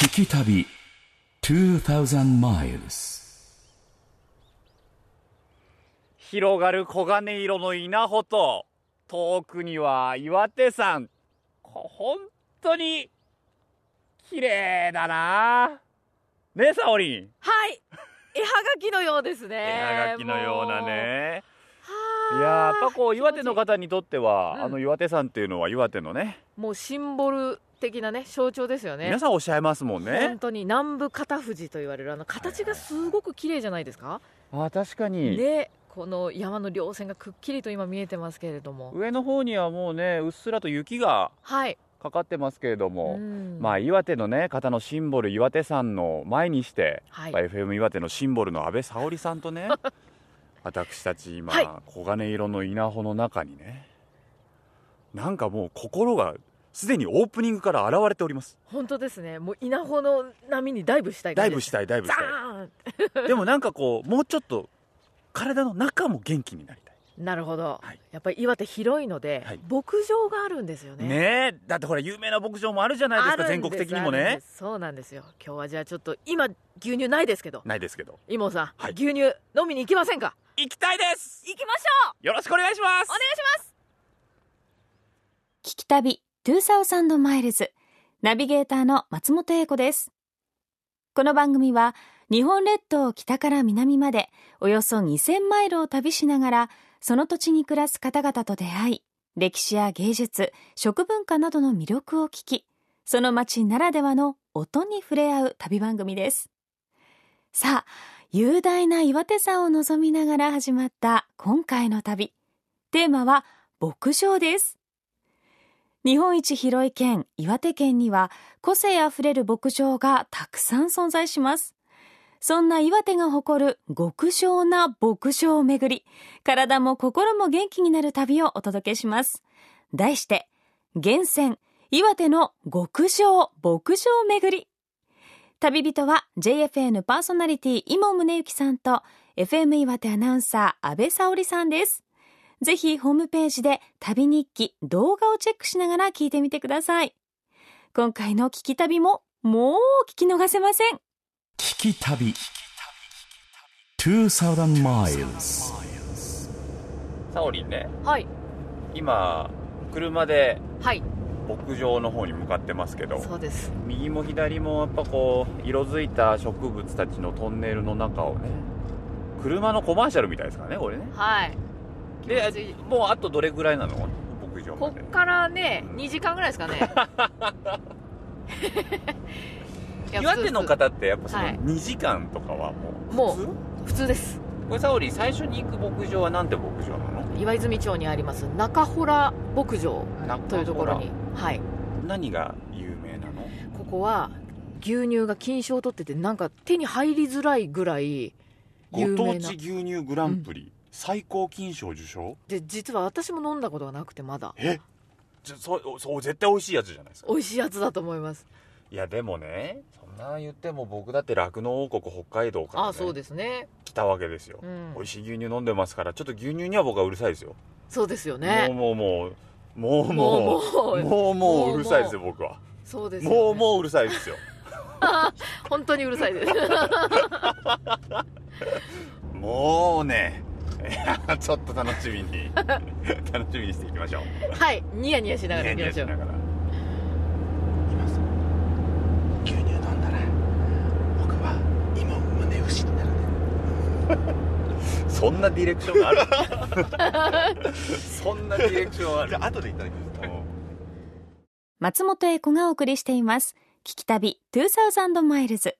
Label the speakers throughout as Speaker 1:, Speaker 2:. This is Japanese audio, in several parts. Speaker 1: 聞き旅2000 miles
Speaker 2: 広がる黄金色の稲穂と、遠くには岩手山。こ本当に、綺麗だなねえ、サオリン。
Speaker 3: はい。絵はがきのようですね。
Speaker 2: 絵はがきのようなね。
Speaker 3: もう。
Speaker 2: いやーやっぱこう、
Speaker 3: 気持ちいい
Speaker 2: 岩手の方にとっては、
Speaker 3: うん
Speaker 2: あの岩手山っていうのは岩手のね、
Speaker 3: もうシンボル的なね、象徴ですよね
Speaker 2: 皆。さんおっしゃいますもんね
Speaker 3: 本。当に南部肩富士と言われるあの形がすごく綺麗じゃないですか。
Speaker 2: あ、確かに。
Speaker 3: で、この山の稜線がくっきりと今見えてますけれども。
Speaker 2: 上の方にはもうね、うっすらと雪が
Speaker 3: はい。
Speaker 2: かかってますけれども、
Speaker 3: うん
Speaker 2: まあ岩手のね、方のシンボル、岩手山の前にして、
Speaker 3: はい
Speaker 2: まあ FM 岩手のシンボルの安倍沙織さんと ね私たち今、
Speaker 3: はい
Speaker 2: 黄金色の稲穂の中にねなんかもう心がすでにオープニングから現れております
Speaker 3: 本当ですね。もう稲穂の波にダイブしたい
Speaker 2: ダ
Speaker 3: 感じ
Speaker 2: イブ
Speaker 3: です。
Speaker 2: したいダイブした
Speaker 3: ザーン
Speaker 2: いでもなんかこうもうちょっと体の中も元気になりた
Speaker 3: なるほど、
Speaker 2: はい
Speaker 3: やっぱり岩手広いので、
Speaker 2: はい
Speaker 3: 牧場があるんですよね
Speaker 2: いねえだってほら有名な牧場もあるじゃないです
Speaker 3: あ
Speaker 2: か
Speaker 3: るん
Speaker 2: 全
Speaker 3: です
Speaker 2: 国的にも
Speaker 3: あるんで
Speaker 2: ね
Speaker 3: すそうなんですよ今日はじゃあちょっと今牛乳ないですけど
Speaker 2: ないですけど
Speaker 3: イモさん、
Speaker 2: はい
Speaker 3: 牛乳飲みに行きませんか
Speaker 2: 行きたいです
Speaker 3: 行きましょう
Speaker 2: よろしくお願いします
Speaker 3: お願いします
Speaker 4: 聞き旅2000マイルズナビゲーターの松本英子ですこの番組は日本列島を北から南までおよそ2000マイルを旅しながらその土地に暮らす方々と出会い歴史や芸術食文化などの魅力を聞きその街ならではの音に触れ合う旅番組ですさあ雄大な岩手山を望みながら始まった今回の旅テーマは牧場です日本一広い県岩手県には個性あふれる牧場がたくさん存在しますそんな岩手が誇る極上な牧場を巡り体も心も元気になる旅をお届けします題して厳選岩手の極上牧場を巡り旅人は JFN パーソナリティ伊茂宗行さんと FM 岩手アナウンサー安倍沙織さんですぜひホームページで旅日記動画をチェックしながら聞いてみてください。今回の聞き旅ももう聞き逃せません。
Speaker 1: 聞き旅2000 miles
Speaker 2: サオリンね
Speaker 3: はい
Speaker 2: 今車で
Speaker 3: はい
Speaker 2: 牧場の方に向かってますけど
Speaker 3: そうです
Speaker 2: 右も左もやっぱこう色づいた植物たちのトンネルの中をね車のコマーシャルみたいですからねこれね
Speaker 3: はい気持ちい
Speaker 2: で
Speaker 3: い
Speaker 2: もうあとどれぐらいなの牧場ま
Speaker 3: こ
Speaker 2: で
Speaker 3: っからね
Speaker 2: うん
Speaker 3: 2時間ぐらいですか ねいや
Speaker 2: 岩手の
Speaker 3: 普通
Speaker 2: 方ってやっぱその
Speaker 3: はい
Speaker 2: 2時間とかはも
Speaker 3: も
Speaker 2: う
Speaker 3: う普
Speaker 2: 普通、
Speaker 3: 通です
Speaker 2: これ沙織最初に行く牧場はなんて牧場なの
Speaker 3: 岩泉町にあります中洞牧場というところにはい
Speaker 2: 何が有名なの
Speaker 3: ここは牛乳が金賞を取っててなんか手に入りづらいぐらい有
Speaker 2: ご当
Speaker 3: 名な
Speaker 2: 地牛乳グランプリ、最高金賞受賞
Speaker 3: で実は私も飲んだことがなくてまだ
Speaker 2: えじゃそうそう絶対美味しいやつじゃないですか
Speaker 3: 美味しいやつだと思います
Speaker 2: いやでもねそんな言っても僕だって酪農王国北海道から、ね、
Speaker 3: ああそうですね
Speaker 2: 来たわけですよ、
Speaker 3: うん
Speaker 2: 美味しい牛乳飲んでますからちょっと牛乳には僕はうるさいですよ、
Speaker 3: そうですよね
Speaker 2: もうもうも
Speaker 3: もうも
Speaker 2: うもう
Speaker 3: う
Speaker 2: もうもううるさいですよ僕は
Speaker 3: そうですよね
Speaker 2: もうもううるさいですよ
Speaker 3: 本当にうるさいです
Speaker 2: もうねいやちょっと楽しみに楽しみにしていきましょう
Speaker 3: はいニヤニヤしながら
Speaker 2: ニヤ
Speaker 3: 行
Speaker 2: ニ
Speaker 3: き
Speaker 2: ヤ
Speaker 3: ましょ
Speaker 2: しな
Speaker 3: う
Speaker 2: がらいきます牛乳飲んだら僕は今胸牛になるね そんなディレクションがある そんなディレクションあるじゃあ後でいただきます
Speaker 4: 松本英子がお送りしています。聞き旅2000マイルズ。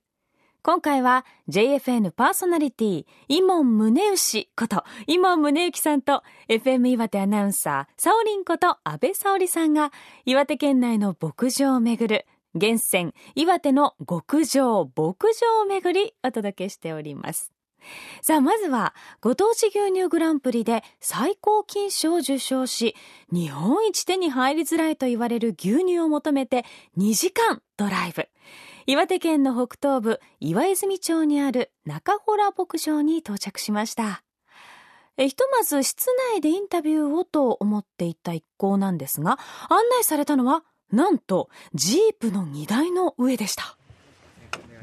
Speaker 4: 今回は JFN パーソナリティ、イモン宗牛こと、イモン宗之さんと FM 岩手アナウンサー、サオリンこと安倍沙織さんが岩手県内の牧場をめぐる、厳選岩手の極上牧場をめぐりお届けしております。さあ、まずは、ご当地牛乳グランプリで最高金賞を受賞し、日本一手に入りづらいと言われる牛乳を求めて2時間ドライブ。岩手県の北東部、岩泉町にある中洞牧場に到着しました。えひとまず室内でインタビューをと思っていた一行なんですが、案内されたのは、なんと、ジープの荷台の上でした。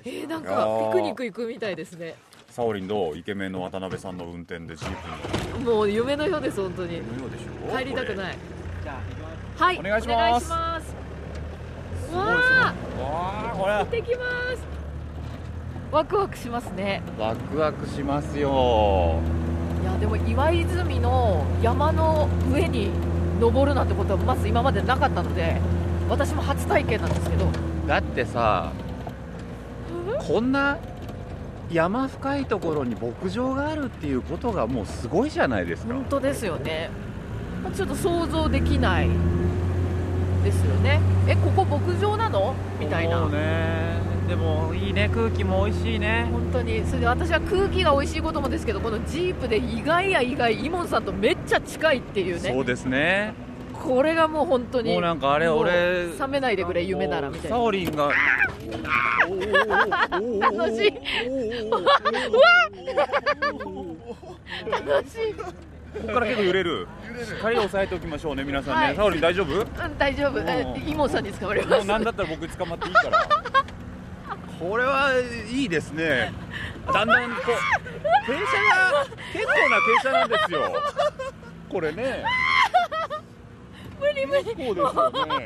Speaker 3: えー、なんかピクニック行くみたいですね
Speaker 2: サオリンどうイケメンの渡辺さんの運転でジープに
Speaker 3: もう夢のようです本当に
Speaker 2: 乗るようでしょ
Speaker 3: 帰りたく
Speaker 2: い
Speaker 3: ない
Speaker 5: じゃあ行きます
Speaker 3: はい
Speaker 2: お願いします
Speaker 3: お願いします
Speaker 2: すごいで
Speaker 3: わあ
Speaker 2: すねわあこれ
Speaker 3: 行ってきますワクワクしますね
Speaker 2: ワクワクしますよ
Speaker 3: いやでも岩泉の山の上に登るなんてことはまず今までなかったので私も初体験なんですけど
Speaker 2: だってさこんな山深いところに牧場があるっていうことがもうすごいじゃないですか
Speaker 3: 本当ですよねちょっと想像できないですよねえここ牧場なのみたいな、
Speaker 5: 思うねでもいいね空気も美味しいね
Speaker 3: 本当にそれで私は空気が美味しいこともですけどこのジープで意外や意外イモンさんとめっちゃ近いっていうね
Speaker 2: そうですね
Speaker 3: これがもう本当に
Speaker 2: もうなんかあれ
Speaker 3: もう
Speaker 2: 俺
Speaker 3: 冷めないでくれ夢ならみたいな
Speaker 2: サオリンが
Speaker 3: 楽しい楽しい
Speaker 2: ここから結構揺れるしっかり押さえておきましょうね皆さんね、
Speaker 3: はい
Speaker 2: サオリン大丈夫も
Speaker 3: うん大丈夫えイモンさんに使われま
Speaker 2: う
Speaker 3: す
Speaker 2: 何だったら僕捕まっていいからこれはいいですねだんだんこう傾斜が結構な傾斜なんですよこれね
Speaker 3: 無理無理
Speaker 2: そうですよね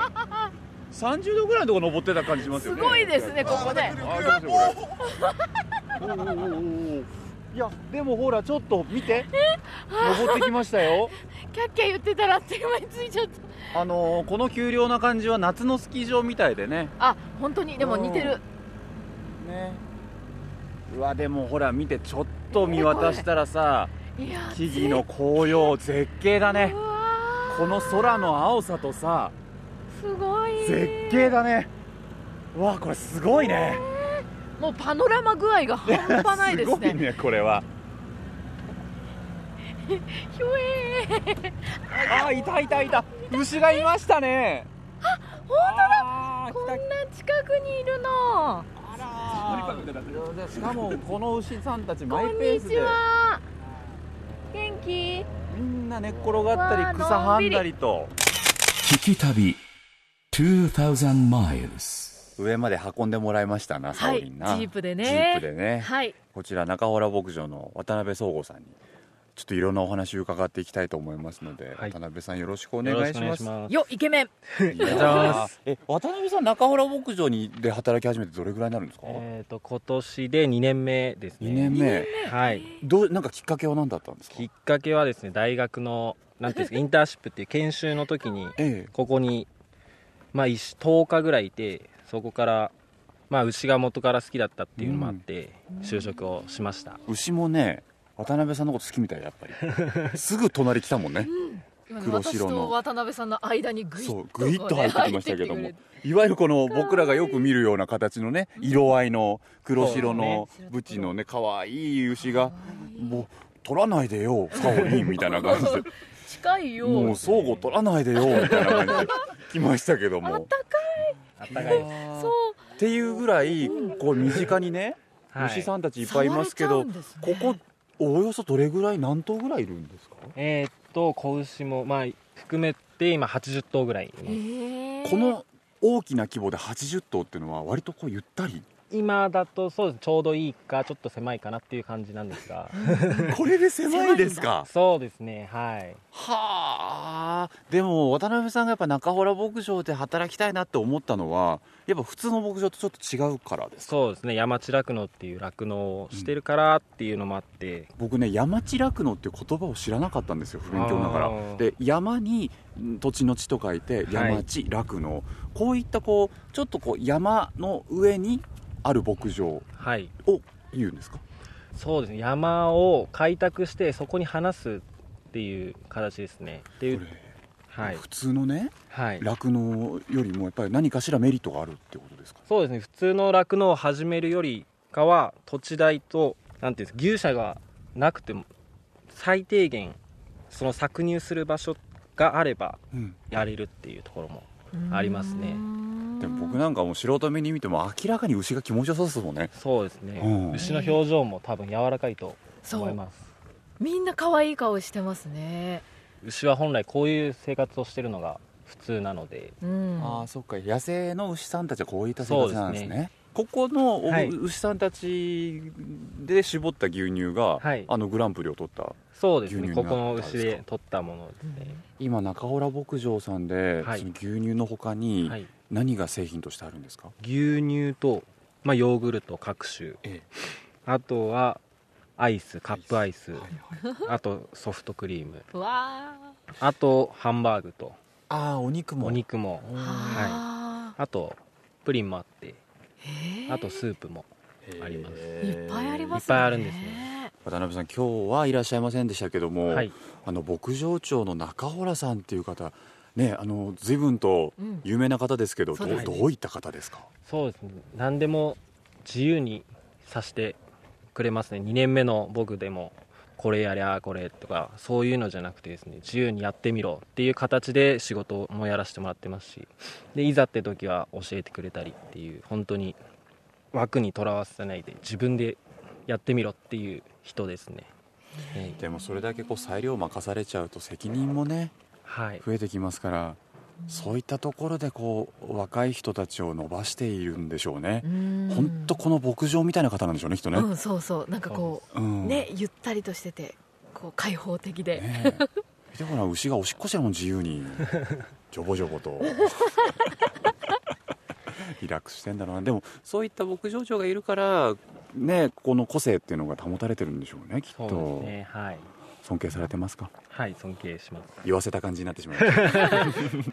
Speaker 2: 30度ぐらいのところ登ってた感じしますよ
Speaker 3: す
Speaker 2: ね
Speaker 3: ごいですねここね
Speaker 2: あーどうしようこれおーおーおーおーいやでもほらちょっと見て登ってきましたよ
Speaker 3: キャッキャ言ってたらあっという間についちゃっ
Speaker 2: あのーこの丘陵な感じは夏のスキー場みたいでね
Speaker 3: たあ本当にでも似てる
Speaker 2: ねうわでもほら見てちょっと見渡したらさ
Speaker 3: いや
Speaker 2: 木々の紅葉絶景だね
Speaker 3: うわ
Speaker 2: この空の青さとさ
Speaker 3: ーすごい
Speaker 2: 絶景だねうわこれすごいね
Speaker 3: もうパノラマ具合が半端ないです
Speaker 2: ごい
Speaker 3: ね
Speaker 2: ねこれは
Speaker 3: ひょえー
Speaker 2: あいたいたいた虫がいましたね
Speaker 3: 本当だ
Speaker 2: あ
Speaker 3: こんな近くにいるの
Speaker 2: らしかもこの牛さんたち
Speaker 3: こ
Speaker 2: マイ
Speaker 3: ん
Speaker 2: ペ
Speaker 3: に
Speaker 2: ース
Speaker 3: ち
Speaker 2: で
Speaker 3: は元気
Speaker 2: みんな寝っ転がったり草はんだりと
Speaker 1: 聞き旅2000 miles
Speaker 2: 上まで運んでもらいましたな、サ
Speaker 3: は
Speaker 2: オ
Speaker 3: い
Speaker 2: リン
Speaker 3: ジ
Speaker 2: な
Speaker 3: ープでね
Speaker 2: ジープでね
Speaker 3: はい
Speaker 2: こちら中原牧場の渡辺総吾さんにちょっといろんなお話を伺っていきたいと思いますので、
Speaker 5: はい
Speaker 2: 渡辺さんよろしくお願
Speaker 5: よろし
Speaker 2: い
Speaker 5: く
Speaker 2: し
Speaker 5: お願
Speaker 2: ま
Speaker 5: いし
Speaker 2: す。
Speaker 5: ます
Speaker 3: よイケメン
Speaker 2: いやえ渡辺さん中原牧場にで働き始めてどれぐらいになるんですか？
Speaker 5: えっ、と今年で2年目ですね
Speaker 2: 二年目。
Speaker 5: はい
Speaker 2: どうなんかきっかけは何だったんですか
Speaker 5: き？っかけはですね大学のなんていうんですかインターンシップっていう研修の時に
Speaker 2: ええ。
Speaker 5: ここにまあ一週10日ぐらいいてそこからまあ牛が元から好きだったっていうのもあって就職をしました、
Speaker 2: 牛もね渡辺さんのこと好きみたいやっぱ り。すぐ隣来たもんね。
Speaker 3: 今ね
Speaker 2: 黒白
Speaker 3: 私
Speaker 2: の
Speaker 3: と渡辺さんの間にグイッと
Speaker 2: そうグイッと入ってきましたけ
Speaker 3: 入
Speaker 2: ども
Speaker 3: ってきてくれて。
Speaker 2: いわゆるこの僕らがよく見るような形のね色合いの黒白の
Speaker 3: そうですね
Speaker 2: ブチのね可愛い牛がもう取らないでよサオリンみたいな感じで
Speaker 3: 近いよ
Speaker 2: もう相互取らないでよみたいな感じで来ましたけど
Speaker 3: あっ
Speaker 2: も
Speaker 3: たか
Speaker 5: あったかいです
Speaker 3: い
Speaker 2: っ
Speaker 3: そう
Speaker 2: ていうぐらいこう身近にね
Speaker 5: はい
Speaker 2: 牛さんたちいっぱいいますけ
Speaker 3: 触
Speaker 2: ど
Speaker 3: れちゃうんです
Speaker 2: こ
Speaker 3: ね
Speaker 2: こおおよそどれぐらい何頭ぐらいいるんですか
Speaker 5: えーっと子牛もまあ含めて今80頭ぐらいいます
Speaker 3: へー
Speaker 2: この大きな規模で80頭っていうのは割とこうゆったり
Speaker 5: 今だとそうですちょうどいいかちょっと狭いかなっていう感じなんですが
Speaker 2: これで狭いですか
Speaker 5: そうですねはい
Speaker 2: はあでも渡辺さんがやっぱ中原牧場で働きたいなって思ったのはやっぱ普通の牧場とちょっと違うからです
Speaker 5: そうですね山地酪農っていう酪農をしてるからっていうのもあって、
Speaker 2: 僕ね山地酪農っていう言葉を知らなかったんですよ勉強なが
Speaker 5: あ
Speaker 2: ら
Speaker 5: ー
Speaker 2: で山にん土地の地と書いて
Speaker 5: はい
Speaker 2: 山地酪農、こういったこうちょっとこう山の上にある牧場
Speaker 5: はい
Speaker 2: を言うんですか
Speaker 5: そうですね山を開拓してそこに放すっていう形ですねってい
Speaker 2: こ
Speaker 5: う
Speaker 2: れ、
Speaker 5: はい
Speaker 2: 普通のね
Speaker 5: はい
Speaker 2: 酪農よりもやっぱり何かしらメリットがあるってことですか
Speaker 5: そうですね普通の酪農を始めるよりかは土地代となんていうんです牛舎がなくても最低限その搾乳する場所があれば
Speaker 2: うん
Speaker 5: やれるっていうところもありますね
Speaker 2: でも僕なんかもう素人目に見ても明らかに牛が気持ちよさそうですもんね
Speaker 5: そうですね、
Speaker 2: うん
Speaker 5: 牛の表情も多分柔らかいと
Speaker 3: そ
Speaker 5: 思いうます
Speaker 3: みんな可愛い顔してますね
Speaker 5: 牛は本来こういう生活をしてるのが普通なので
Speaker 3: うん
Speaker 2: ああそっか野生の牛さんたちはこういった生活なんですねここのお
Speaker 5: はい
Speaker 2: 牛さんたちで絞った牛乳が、
Speaker 5: はい
Speaker 2: あのグランプリを取った
Speaker 5: そうです
Speaker 2: 牛
Speaker 5: ね
Speaker 2: 乳
Speaker 5: こ
Speaker 2: にな
Speaker 5: この
Speaker 2: ったんです
Speaker 5: 牛
Speaker 2: か
Speaker 5: で取ったものですね、
Speaker 2: 今中浦牧場さんで、
Speaker 5: はい
Speaker 2: その牛乳のほかに
Speaker 5: はい、
Speaker 2: 何が製品としてあるんですか、
Speaker 5: 牛乳と、まあ、ヨーグルト各種
Speaker 2: ええ
Speaker 5: あとはアイスカップアイス
Speaker 2: はい
Speaker 5: あとソフトクリーム
Speaker 3: うわ
Speaker 5: あとハンバーグと
Speaker 2: ああお肉も
Speaker 5: お肉も
Speaker 2: おー
Speaker 4: あ
Speaker 5: あとプリンもあって
Speaker 4: ーへー
Speaker 5: あとスープもあります
Speaker 4: いっぱいありますね。
Speaker 5: いっぱいあるんですね
Speaker 2: 渡辺さん今日はいらっしゃいませんでしたけども、
Speaker 5: はい
Speaker 2: あの牧場長の中浦さんっていう方ねあの随分と
Speaker 3: うん
Speaker 2: 有名な方ですけど、
Speaker 3: そう
Speaker 2: ど
Speaker 3: で
Speaker 2: う
Speaker 3: す
Speaker 2: ど
Speaker 3: ね
Speaker 2: ういった方ですか
Speaker 5: そうですね何でも自由にさせてくれますね2年目の僕でもこれやりゃあこれとかそういうのじゃなくてですね自由にやってみろっていう形で仕事もやらせてもらってますしでいざって時は教えてくれたりっていう本当に枠にとらわせないで自分でやってみろっていう人ですね、はい
Speaker 2: でもそれだけこう裁量を任されちゃうと責任もね
Speaker 5: はい、
Speaker 2: 増えてきますからそういったところでこう若い人たちを伸ばしているんでしょうね本当この牧場みたいな方なんでしょうねきっとね、
Speaker 3: うんそうそうなんかこう
Speaker 2: うん
Speaker 3: ねゆったりとしててこう開放的で、
Speaker 2: ねえ見てほら牛がおしっこしてるもん自由にジョボジョボと リラックスしてんだろうなでもそういった牧場長がいるからねここの個性っていうのが保たれてるんでしょうねきっ
Speaker 5: そうです
Speaker 2: と、
Speaker 5: ねはい
Speaker 2: 尊敬されてますか
Speaker 5: はい尊敬します
Speaker 2: 言わせた感じになってしまいました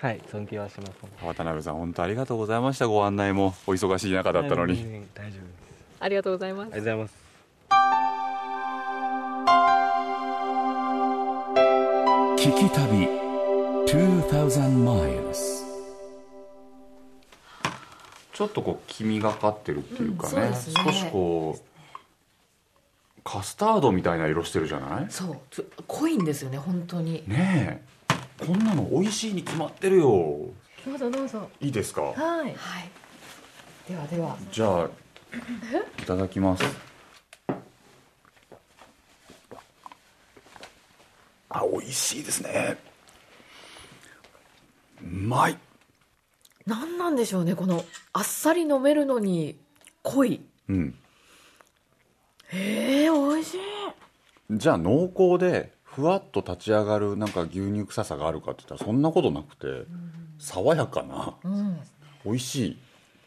Speaker 5: はい尊敬はします
Speaker 2: 渡辺さん本当ありがとうございましたご案内もお忙しい中だったのに
Speaker 5: 全然大丈夫です
Speaker 3: ありがとうございま
Speaker 5: ありがとうございます
Speaker 1: 聞き旅2000 miles
Speaker 2: ちょっとこう黄みがかってるっていうかね,、
Speaker 3: うんそうですね
Speaker 2: 少しこうカスタードみたいな色してるじゃない
Speaker 3: そうちょ濃いんですよね本当に
Speaker 2: ねえこんなの美味しいに決まってるよ
Speaker 3: どうぞどうぞ
Speaker 2: いいですか
Speaker 3: はい
Speaker 4: はい。
Speaker 3: ではでは
Speaker 2: じゃあいただきますあ美味しいですねうまい
Speaker 3: 何なんでしょうねこのあっさり飲めるのに濃い
Speaker 2: うん
Speaker 3: えー、美味しい
Speaker 2: じゃあ濃厚でふわっと立ち上がるなんか牛乳臭さがあるかって言ったらそんなことなくて爽やかな
Speaker 3: うん
Speaker 2: 美味しい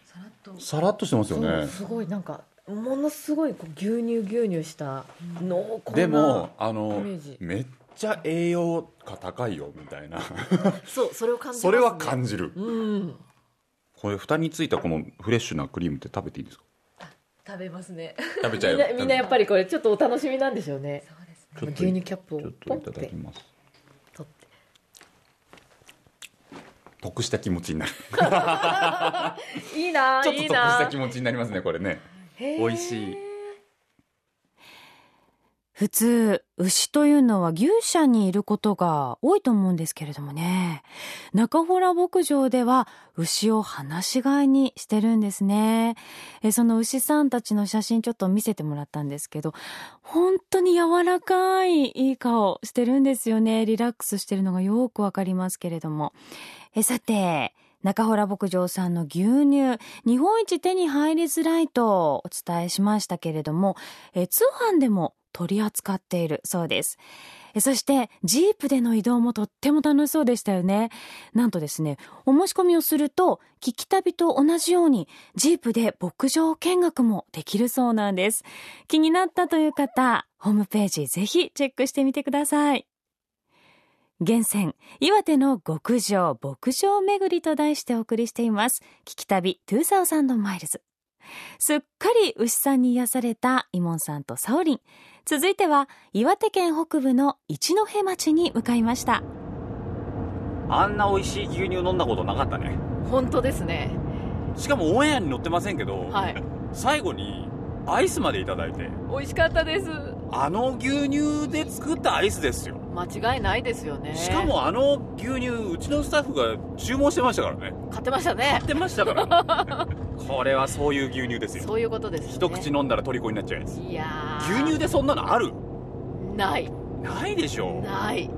Speaker 3: さらっと
Speaker 2: さらっとしてますよ
Speaker 3: そう
Speaker 2: ね
Speaker 3: すごいなんかものすごいこう牛乳牛乳した濃厚な
Speaker 2: でもあの
Speaker 3: イメージ
Speaker 2: めっちゃ栄養価高いよみたいな
Speaker 3: そうそれを感じます、ね、
Speaker 2: それは感じる
Speaker 3: うん
Speaker 2: これ蓋についたこのフレッシュなクリームって食べていいんですか
Speaker 3: 食べますね
Speaker 2: 食べち
Speaker 3: み
Speaker 2: ゃうん
Speaker 3: なみんなやっぱりこれちょっとお楽しみなんでしょうね
Speaker 2: ちょっと
Speaker 3: 牛乳キャップを
Speaker 2: ちょっ
Speaker 3: ポ
Speaker 2: と
Speaker 3: ンっ
Speaker 2: いただ
Speaker 3: て
Speaker 2: きます
Speaker 3: 取って
Speaker 2: 得した気持ちになる
Speaker 3: いいな
Speaker 2: ちょっと
Speaker 3: い
Speaker 2: 得
Speaker 3: い
Speaker 2: した
Speaker 3: な
Speaker 2: 気持ちになりますねこれね
Speaker 3: 美
Speaker 2: 美味しい
Speaker 4: 普通、牛というのは牛舎にいることが多いと思うんですけれどもね。中ほら牧場では牛を放し飼いにしてるんですね。えその牛さんたちの写真ちょっと見せてもらったんですけど、本当に柔らかいいい顔してるんですよね。リラックスしてるのがよくわかりますけれども。えさて、中ほら牧場さんの牛乳、日本一手に入りづらいとお伝えしましたけれども、えー通販でも取り扱っているそうです。えーそして、ジープでの移動もとっても楽しそうでしたよね。なんとですね、お申し込みをすると、聞き旅と同じように、ジープで牧場見学もできるそうなんです。気になったという方、ホームページぜひチェックしてみてください。厳選、岩手の極上、牧場巡りと題してお送りしています。聞き旅2000マイルズ。すっかり牛さんに癒されたイモンさんとサオリン。続いては岩手県北部の一戸町に向かいました。
Speaker 2: あんな美味しい牛乳飲んだことなかったね
Speaker 3: 本当ですね
Speaker 2: しかもオンエアに載ってませんけど、
Speaker 3: はい
Speaker 2: 最後にアイスまでいただいて
Speaker 3: 美味しかったです
Speaker 2: あの牛乳で作ったアイスですよ
Speaker 3: 間違いないですよね
Speaker 2: しかもあの牛乳うちのスタッフが注文してましたからね
Speaker 3: 買ってましたね
Speaker 2: 買ってましたから これはそういう牛乳ですよ
Speaker 3: そういうことですよ
Speaker 2: 一
Speaker 3: ね
Speaker 2: 口飲んだら虜になっちゃうやつ
Speaker 3: いやー
Speaker 2: 牛乳でそんなのある
Speaker 3: ない
Speaker 2: ないでしょ
Speaker 3: ない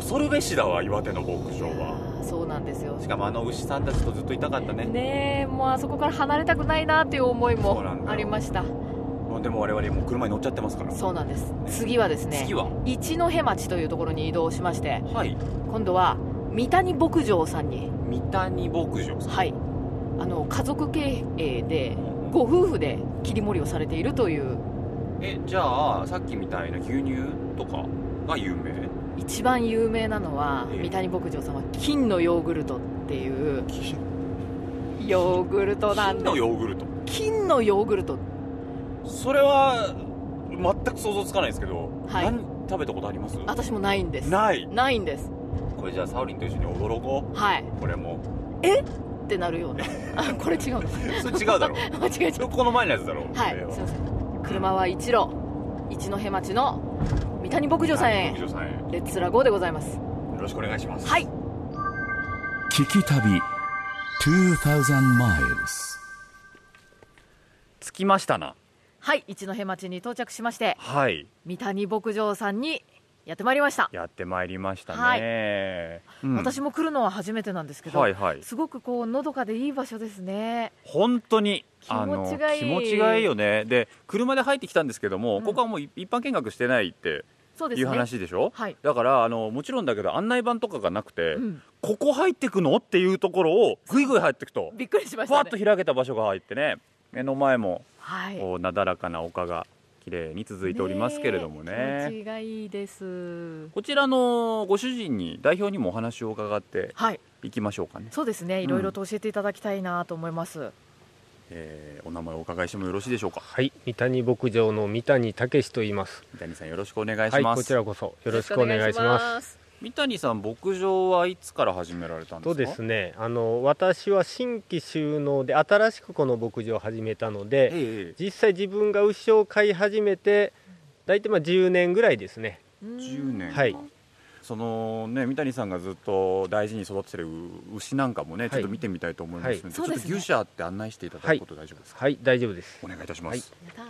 Speaker 2: 恐るべしだわ岩手の牧場は
Speaker 3: そうなんですよ
Speaker 2: しかもあの牛さんたちとずっといたかったね
Speaker 3: ねえもうあそこから離れたくないなっていう思い
Speaker 2: そうな
Speaker 3: も
Speaker 2: んだよ
Speaker 3: ありました
Speaker 2: まあでも我々もう車に乗っちゃってますから
Speaker 3: そうなんです次はですね
Speaker 2: 次は
Speaker 3: 一戸町というところに移動しまして
Speaker 2: はい
Speaker 3: 今度は三谷牧場さんに
Speaker 2: 三谷牧場さん
Speaker 3: はいあの家族経営でご夫婦で切り盛りをされているという
Speaker 2: えじゃあさっきみたいな牛乳とかが有名
Speaker 3: 一番有名なのは
Speaker 2: ええ
Speaker 3: 三谷牧場さんは金のヨーグルトっていうヨーグルトなん
Speaker 2: 金
Speaker 3: で
Speaker 2: の
Speaker 3: す
Speaker 2: ヨーグルト
Speaker 3: 金のヨーグルト
Speaker 2: それは全く想像つかないですけど、
Speaker 3: はい
Speaker 2: 何食べたことあります
Speaker 3: 私もないんです
Speaker 2: ない
Speaker 3: ないんです
Speaker 2: これじゃあサオリンと一緒に驚こ
Speaker 3: はいっ
Speaker 2: うこれも
Speaker 3: てなるようなあこれ違うの
Speaker 2: それ違う だろ
Speaker 3: 間違えちゃ
Speaker 2: そうれこの前のやつだろ
Speaker 3: はい
Speaker 2: これは
Speaker 3: すいません車は一路一戸町の三谷牧場さん
Speaker 2: はい牧
Speaker 3: へ
Speaker 2: 場さんへよ
Speaker 3: レッツラゴーでございます
Speaker 2: ろしくお願いします
Speaker 3: はい
Speaker 1: 聞き旅2000 miles
Speaker 2: 着きましたな
Speaker 3: はい一戸町に到着しまして
Speaker 2: はい
Speaker 3: 三谷牧場さんにやってまいりました、
Speaker 2: やってまいりましたね、
Speaker 3: は
Speaker 2: うん
Speaker 3: 私も来るのは初めてなんですけど、
Speaker 2: はいはい
Speaker 3: すごくこうのどかでいい場所ですね
Speaker 2: 本当に
Speaker 3: 気持ちがいい
Speaker 2: あの気持ちがいいよねで車で入ってきたんですけども、
Speaker 3: ん
Speaker 2: ここはもう一一般見学してないって
Speaker 3: そうです
Speaker 2: い
Speaker 3: ね
Speaker 2: う話でしょ
Speaker 3: はい
Speaker 2: だからあのもちろんだけど案内板とかがなくて、
Speaker 3: うん
Speaker 2: ここ入ってくのっていうところをぐいぐい入ってくと
Speaker 3: びっくりしまし
Speaker 2: ふわ
Speaker 3: た
Speaker 2: っと
Speaker 3: ね
Speaker 2: 開けた場所が入ってね目の前も
Speaker 3: はい
Speaker 2: こうなだらかな丘が綺麗に続いておりますけれども
Speaker 3: え
Speaker 2: ね
Speaker 3: 気持ちがいいです
Speaker 2: こちらのご主人に代表にもお話を伺って
Speaker 3: はい
Speaker 2: いきましょうかね、
Speaker 3: そうですねいろいろと教えていただきたいなと思います、
Speaker 2: えーお名前をお伺いしてもよろしいでしょうか
Speaker 6: はい、三谷牧場の三谷武と言います。
Speaker 2: 三谷さんよろしくお願いし
Speaker 6: はい、
Speaker 2: ます、
Speaker 6: こちらこそよろしくお願いします。
Speaker 3: す
Speaker 2: 三谷さん牧場はいつから始められたんです
Speaker 6: と
Speaker 2: か
Speaker 6: ですね、あの私は新規収納で新しくこの牧場を始めたの
Speaker 2: え
Speaker 6: で、
Speaker 2: ええ
Speaker 6: 実際自分が牛を飼い始めて大体まあ10年ぐらいですね。
Speaker 2: え10年
Speaker 6: はい
Speaker 2: そのね三谷さんがずっと大事に育ててる牛なんかもね、
Speaker 6: い
Speaker 2: ちょっと見てみたいと思いますので、
Speaker 6: はい
Speaker 2: ちょ
Speaker 3: そ
Speaker 2: っ
Speaker 3: う
Speaker 2: と
Speaker 3: ですね
Speaker 2: 牛舎って案内していただくこと大丈夫ですか、
Speaker 6: はい、大丈夫です。
Speaker 2: お願いいたします、
Speaker 6: はい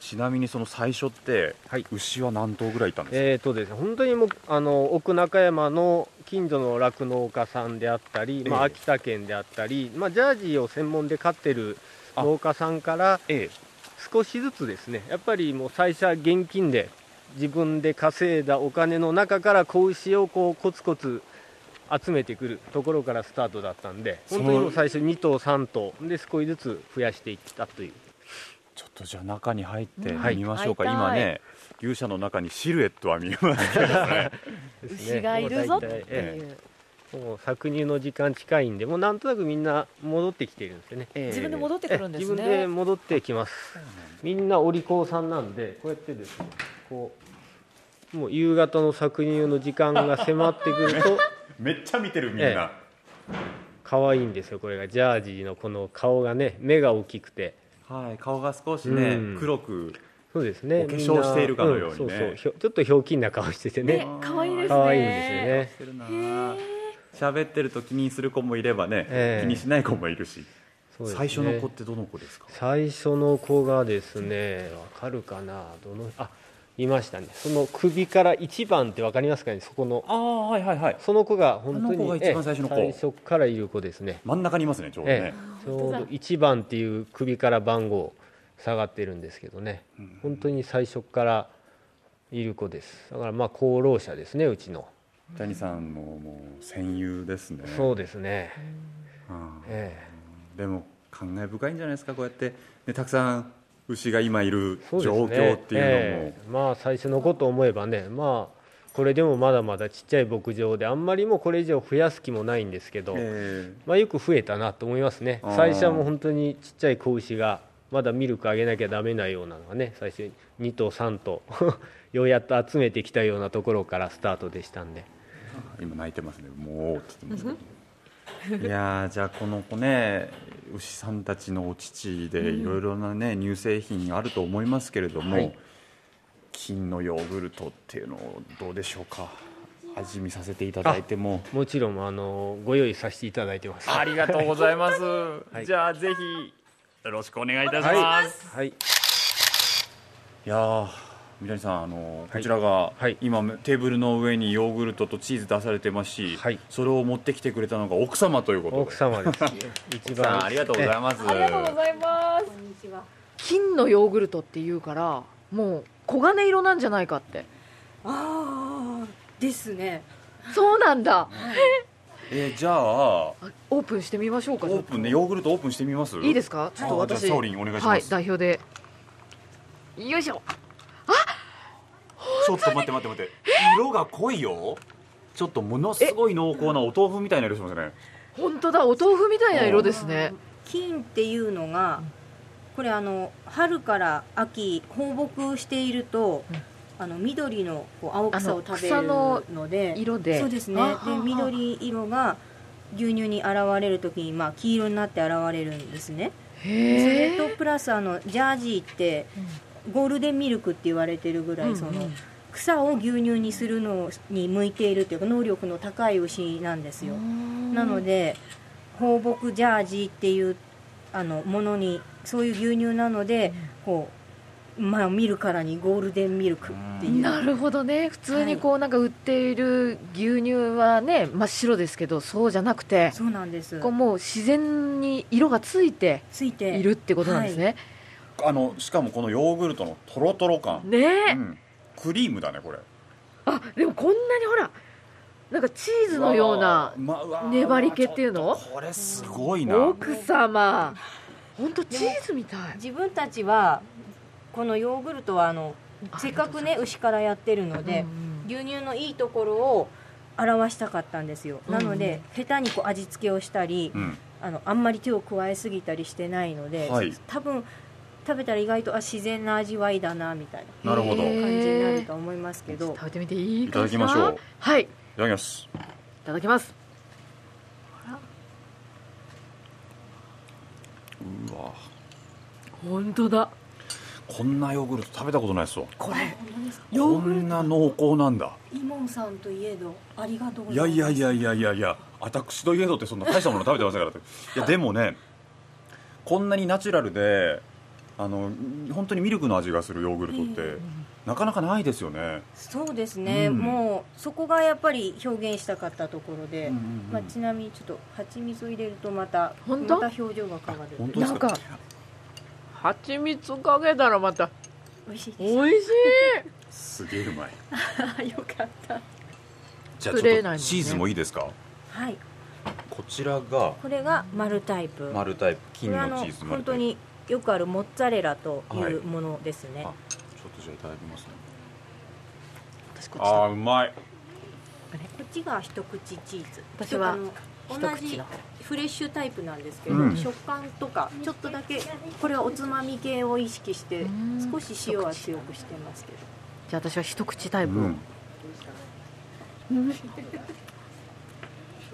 Speaker 2: ちなみにその最初って、
Speaker 6: はい
Speaker 2: 牛は何頭ぐらいいたんですか、
Speaker 6: えーとですね、本当にもうあの奥中山の近所の酪農家さんであったり、まあ、
Speaker 2: ええ
Speaker 6: 秋田県であったり、まあ、ジャージーを専門で飼ってる農家さんから
Speaker 2: ええ
Speaker 6: 少しずつですねやっぱりもう最初は現金で自分で稼いだお金の中から子牛をこうコツコツ集めてくるところからスタートだったんで
Speaker 2: その
Speaker 6: 本当にもう最初2頭3頭で少しずつ増やしていったという
Speaker 2: ちょっとじゃあ中に入って
Speaker 3: はい
Speaker 2: みましょうか、
Speaker 3: 入り
Speaker 2: 今
Speaker 3: たい
Speaker 2: ね牛舎の中にシルエットは見えます
Speaker 6: ですね
Speaker 3: 牛がいるぞ
Speaker 6: も
Speaker 3: っ
Speaker 6: う
Speaker 3: て
Speaker 6: 大
Speaker 3: いう
Speaker 6: 体、ええもう搾乳の時間近いんでもうなんとなくみんな戻ってきてるんですよね
Speaker 3: 自分で戻ってくるんです
Speaker 6: 自分で
Speaker 3: ね
Speaker 6: 戻ってきますみんなお利口さんなんでこうやってですねこうもう夕方の搾乳の時間が迫ってくる と
Speaker 2: めっちゃ見てるみんな、
Speaker 6: え可愛いんですよこれがジャージーのこの顔がね目が大きくて
Speaker 2: はい顔が少しね、
Speaker 6: うん
Speaker 2: 黒く
Speaker 6: そうですね
Speaker 2: お化粧しているかのよう
Speaker 6: み
Speaker 2: にね
Speaker 6: んなそうそうひょちょっとひょうきんな顔しててね
Speaker 3: ね可愛いですね
Speaker 6: 可愛いんですよね
Speaker 2: してるな喋ってると気にする子もいればね、
Speaker 6: ええ
Speaker 2: 気にしない子もいるし、
Speaker 6: そうですね
Speaker 2: 最初の子ってどの子ですか
Speaker 6: 最初の子がですねわかるかなどのあいましたねその首から1番ってわかりますかねそこの
Speaker 2: ああはいはいはい
Speaker 6: その子が本当
Speaker 2: あの子が
Speaker 6: に
Speaker 2: 一番最初の子
Speaker 6: ええ最初からいる子ですね
Speaker 2: 真ん中にいますねちょうどね
Speaker 6: え、え、ちょうど1番っていう首から番号下がってるんですけどね、本当に最初からいる子ですだからまあ功労者ですねうちの、
Speaker 2: 谷さんのもう戦友ですね
Speaker 6: そうですね、
Speaker 2: うん
Speaker 6: え
Speaker 2: でも感慨深いんじゃないですかこうやって、ね、たくさん牛が今いる
Speaker 6: え、そ
Speaker 2: 状
Speaker 6: うですね
Speaker 2: 況っていうのも
Speaker 6: ええまあ最初のこと思えばねまあこれでもまだまだちっちゃい牧場であんまりもうこれ以上増やす気もないんですけど、
Speaker 2: え
Speaker 6: まあ、よく増えたなと思いますね
Speaker 2: あー
Speaker 6: 最初はもう本当にちっちゃい子牛がまだミルクあげなきゃダメなようなのがね最初に2頭3頭 ようやっと集めてきたようなところからスタートでしたんで
Speaker 2: え今泣いてますねもうって言ってますけどいやーじゃあこの子ね牛さんたちのお乳でいろいろなね乳製品あると思いますけれども、
Speaker 6: はい
Speaker 2: 金のヨーグルトっていうのをどうでしょうか味見させていただいても
Speaker 6: もちろんあのご用意させていただいてます
Speaker 2: ありがとうございます、
Speaker 6: い
Speaker 2: じゃあぜひよろしくお願いいたします、
Speaker 6: はい、はい、
Speaker 2: いやー三谷さんあのこちらが、
Speaker 6: はい
Speaker 2: 今テーブルの上にヨーグルトとチーズ出されてますし、
Speaker 6: はい
Speaker 2: それを持ってきてくれたのが奥様ということで
Speaker 6: 奥様です一
Speaker 2: 奥さん
Speaker 6: 番
Speaker 2: ありがとうございます
Speaker 3: ありがとうございます
Speaker 7: こんにちは。
Speaker 3: 金のヨーグルトっていうからもう黄金色なんじゃないかって
Speaker 7: ああ、ですね。
Speaker 3: そうなんだ
Speaker 2: えーじゃあ
Speaker 3: オープンしてみましょうか
Speaker 2: オープンで
Speaker 3: ちょっ
Speaker 2: ヨーグルトオープンしてみます
Speaker 3: といいですか
Speaker 2: か
Speaker 3: ちょっ
Speaker 2: あ
Speaker 3: と
Speaker 2: じゃあ
Speaker 3: 私
Speaker 2: サオリンお願いします
Speaker 3: はい代表でよいしょ
Speaker 2: ちょっと待って待って待って色が濃いよちょっとものすごい濃厚なお豆腐みたいな色してますね
Speaker 3: 本当だお豆腐みたいな色ですね
Speaker 7: 金っていうのが、これあの春から秋放牧していると、
Speaker 3: うん
Speaker 7: あの緑のこう青草を食べ
Speaker 3: あ
Speaker 7: る
Speaker 3: の
Speaker 7: ので、
Speaker 3: 色で
Speaker 7: そうですね
Speaker 3: あはあ
Speaker 7: で
Speaker 3: はあ
Speaker 7: 緑色が牛乳に現れる時に、まあ、黄色になって現れるんですねそ
Speaker 3: へ
Speaker 7: れと
Speaker 3: え
Speaker 7: プラスあのジャージーってゴールデンミルクって言われてるぐらいその草を牛乳にするのに向いているというか能力の高い牛なんですよなので放牧ジャージーっていうあのものにそういう牛乳なのでこう、まあ、見るからにゴールデンミルクっていう
Speaker 3: なるほどね普通にこうなんか売っている牛乳はね真っ白ですけどそうじゃなくて
Speaker 7: そうなんです
Speaker 3: こうもう自然に色がついて
Speaker 7: ついて
Speaker 3: いるってことなんですね、
Speaker 2: あのしかもこのヨーグルトのとろとろ感、
Speaker 3: ねえ、
Speaker 2: うん、クリームだねこれ
Speaker 3: あでもこんなにほらなんかチーズのような
Speaker 2: まあうわ
Speaker 3: 粘り気っていうの
Speaker 2: ちょっとこれすごいな
Speaker 3: 奥様本当チーズみたい
Speaker 7: 自分たちはこのヨーグルトはあの
Speaker 3: あ
Speaker 7: せっかくね牛からやってるので、
Speaker 3: うん
Speaker 7: 牛乳のいいところを表したかったんですよ、なので下手にこう味付けをしたり、
Speaker 2: うん
Speaker 7: あのあんまり手を加えすぎたりしてないので、
Speaker 2: はい
Speaker 7: 多分食べたら意外とあ自然な味わいだなみたいな
Speaker 2: なるほど
Speaker 3: へ
Speaker 2: い
Speaker 3: え
Speaker 7: 感じになると思いますけ
Speaker 3: ちょっ
Speaker 7: ど
Speaker 3: と食べてみていい
Speaker 2: た
Speaker 3: か
Speaker 2: だ
Speaker 3: し
Speaker 2: き
Speaker 3: ら
Speaker 2: ましょうい
Speaker 3: はいい
Speaker 2: ただきます
Speaker 3: ただきます
Speaker 2: うわ
Speaker 3: 本当だ
Speaker 2: こんなヨーグルト食べたことないっすわ
Speaker 3: これ
Speaker 2: こんな濃厚なんだ
Speaker 7: イモンさんといえどありがとう
Speaker 2: いやいやいやいやいやいや私といえどってそんな大したもの食べてませんからっていやでもねこんなにナチュラルであの本当にミルクの味がするヨーグルトって、なかなかないですよね、
Speaker 7: そうですね、
Speaker 2: うん
Speaker 7: もうそこがやっぱり表現したかったところで、
Speaker 2: うんうんうん
Speaker 7: まあ、ちなみにちょっと蜂蜜を入れるとまた
Speaker 3: 本当
Speaker 7: また表情が変わる
Speaker 2: 本当で
Speaker 3: な
Speaker 2: す
Speaker 3: ん
Speaker 2: か
Speaker 3: か蜂蜜かけたらまた
Speaker 7: 美味しいです
Speaker 3: 美味しい
Speaker 2: すげえうまい
Speaker 7: あよかった
Speaker 2: じゃあ
Speaker 3: 作れ
Speaker 2: ちょっ
Speaker 3: ないもんね
Speaker 2: とチーズもいいですか、
Speaker 7: はい
Speaker 2: こちらが
Speaker 7: これが丸タイプ
Speaker 2: 丸タイプ
Speaker 7: こ
Speaker 2: 金
Speaker 7: れ
Speaker 2: の
Speaker 7: はあの
Speaker 2: チーズ丸
Speaker 7: 本
Speaker 2: タ
Speaker 7: 当
Speaker 2: イプち
Speaker 7: によくあるモッツァレラとい
Speaker 2: はいう
Speaker 7: ものですね、
Speaker 2: あょっとじゃあいただきますね
Speaker 3: 私こっち
Speaker 2: あ
Speaker 3: だ
Speaker 2: あうまい
Speaker 7: こっちが一口チーズ
Speaker 3: 私は
Speaker 7: あの
Speaker 3: 一
Speaker 7: 同
Speaker 3: 口
Speaker 7: じ
Speaker 3: の
Speaker 7: フレッシュタイプなんですけど、
Speaker 2: うん
Speaker 7: 食感とかちょっとだけこれはおつまみ系を意識して
Speaker 3: うん
Speaker 7: 少し塩は強くしてますけど
Speaker 3: じゃあ私は一口タイ
Speaker 2: う
Speaker 3: プ、
Speaker 2: ん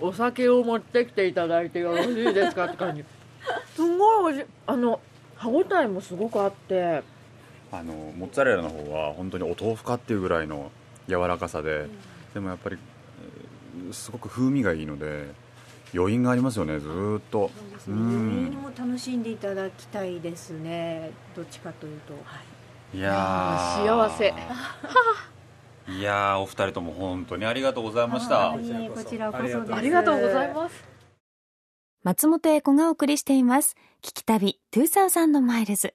Speaker 3: お酒を持ってきていただいてよろしいですかって感じ すごい美味しいあの歯ごたえもすごくあって
Speaker 2: あのモッツァレラの方は本当にお豆腐かっていうぐらいの柔らかさで、でもやっぱり、えーすごく風味がいいので余韻がありますよねずーっとう
Speaker 7: 何に
Speaker 2: ん
Speaker 7: も楽しんでいただきたいですねどっちかというと、
Speaker 2: いやー
Speaker 3: 幸 せ
Speaker 2: いやーお二人とも本当にありがとうございました
Speaker 7: はいいえこちらこそです
Speaker 3: ありがとうございます
Speaker 4: 松本英子がお送りしています。聞き旅2000マイルズ。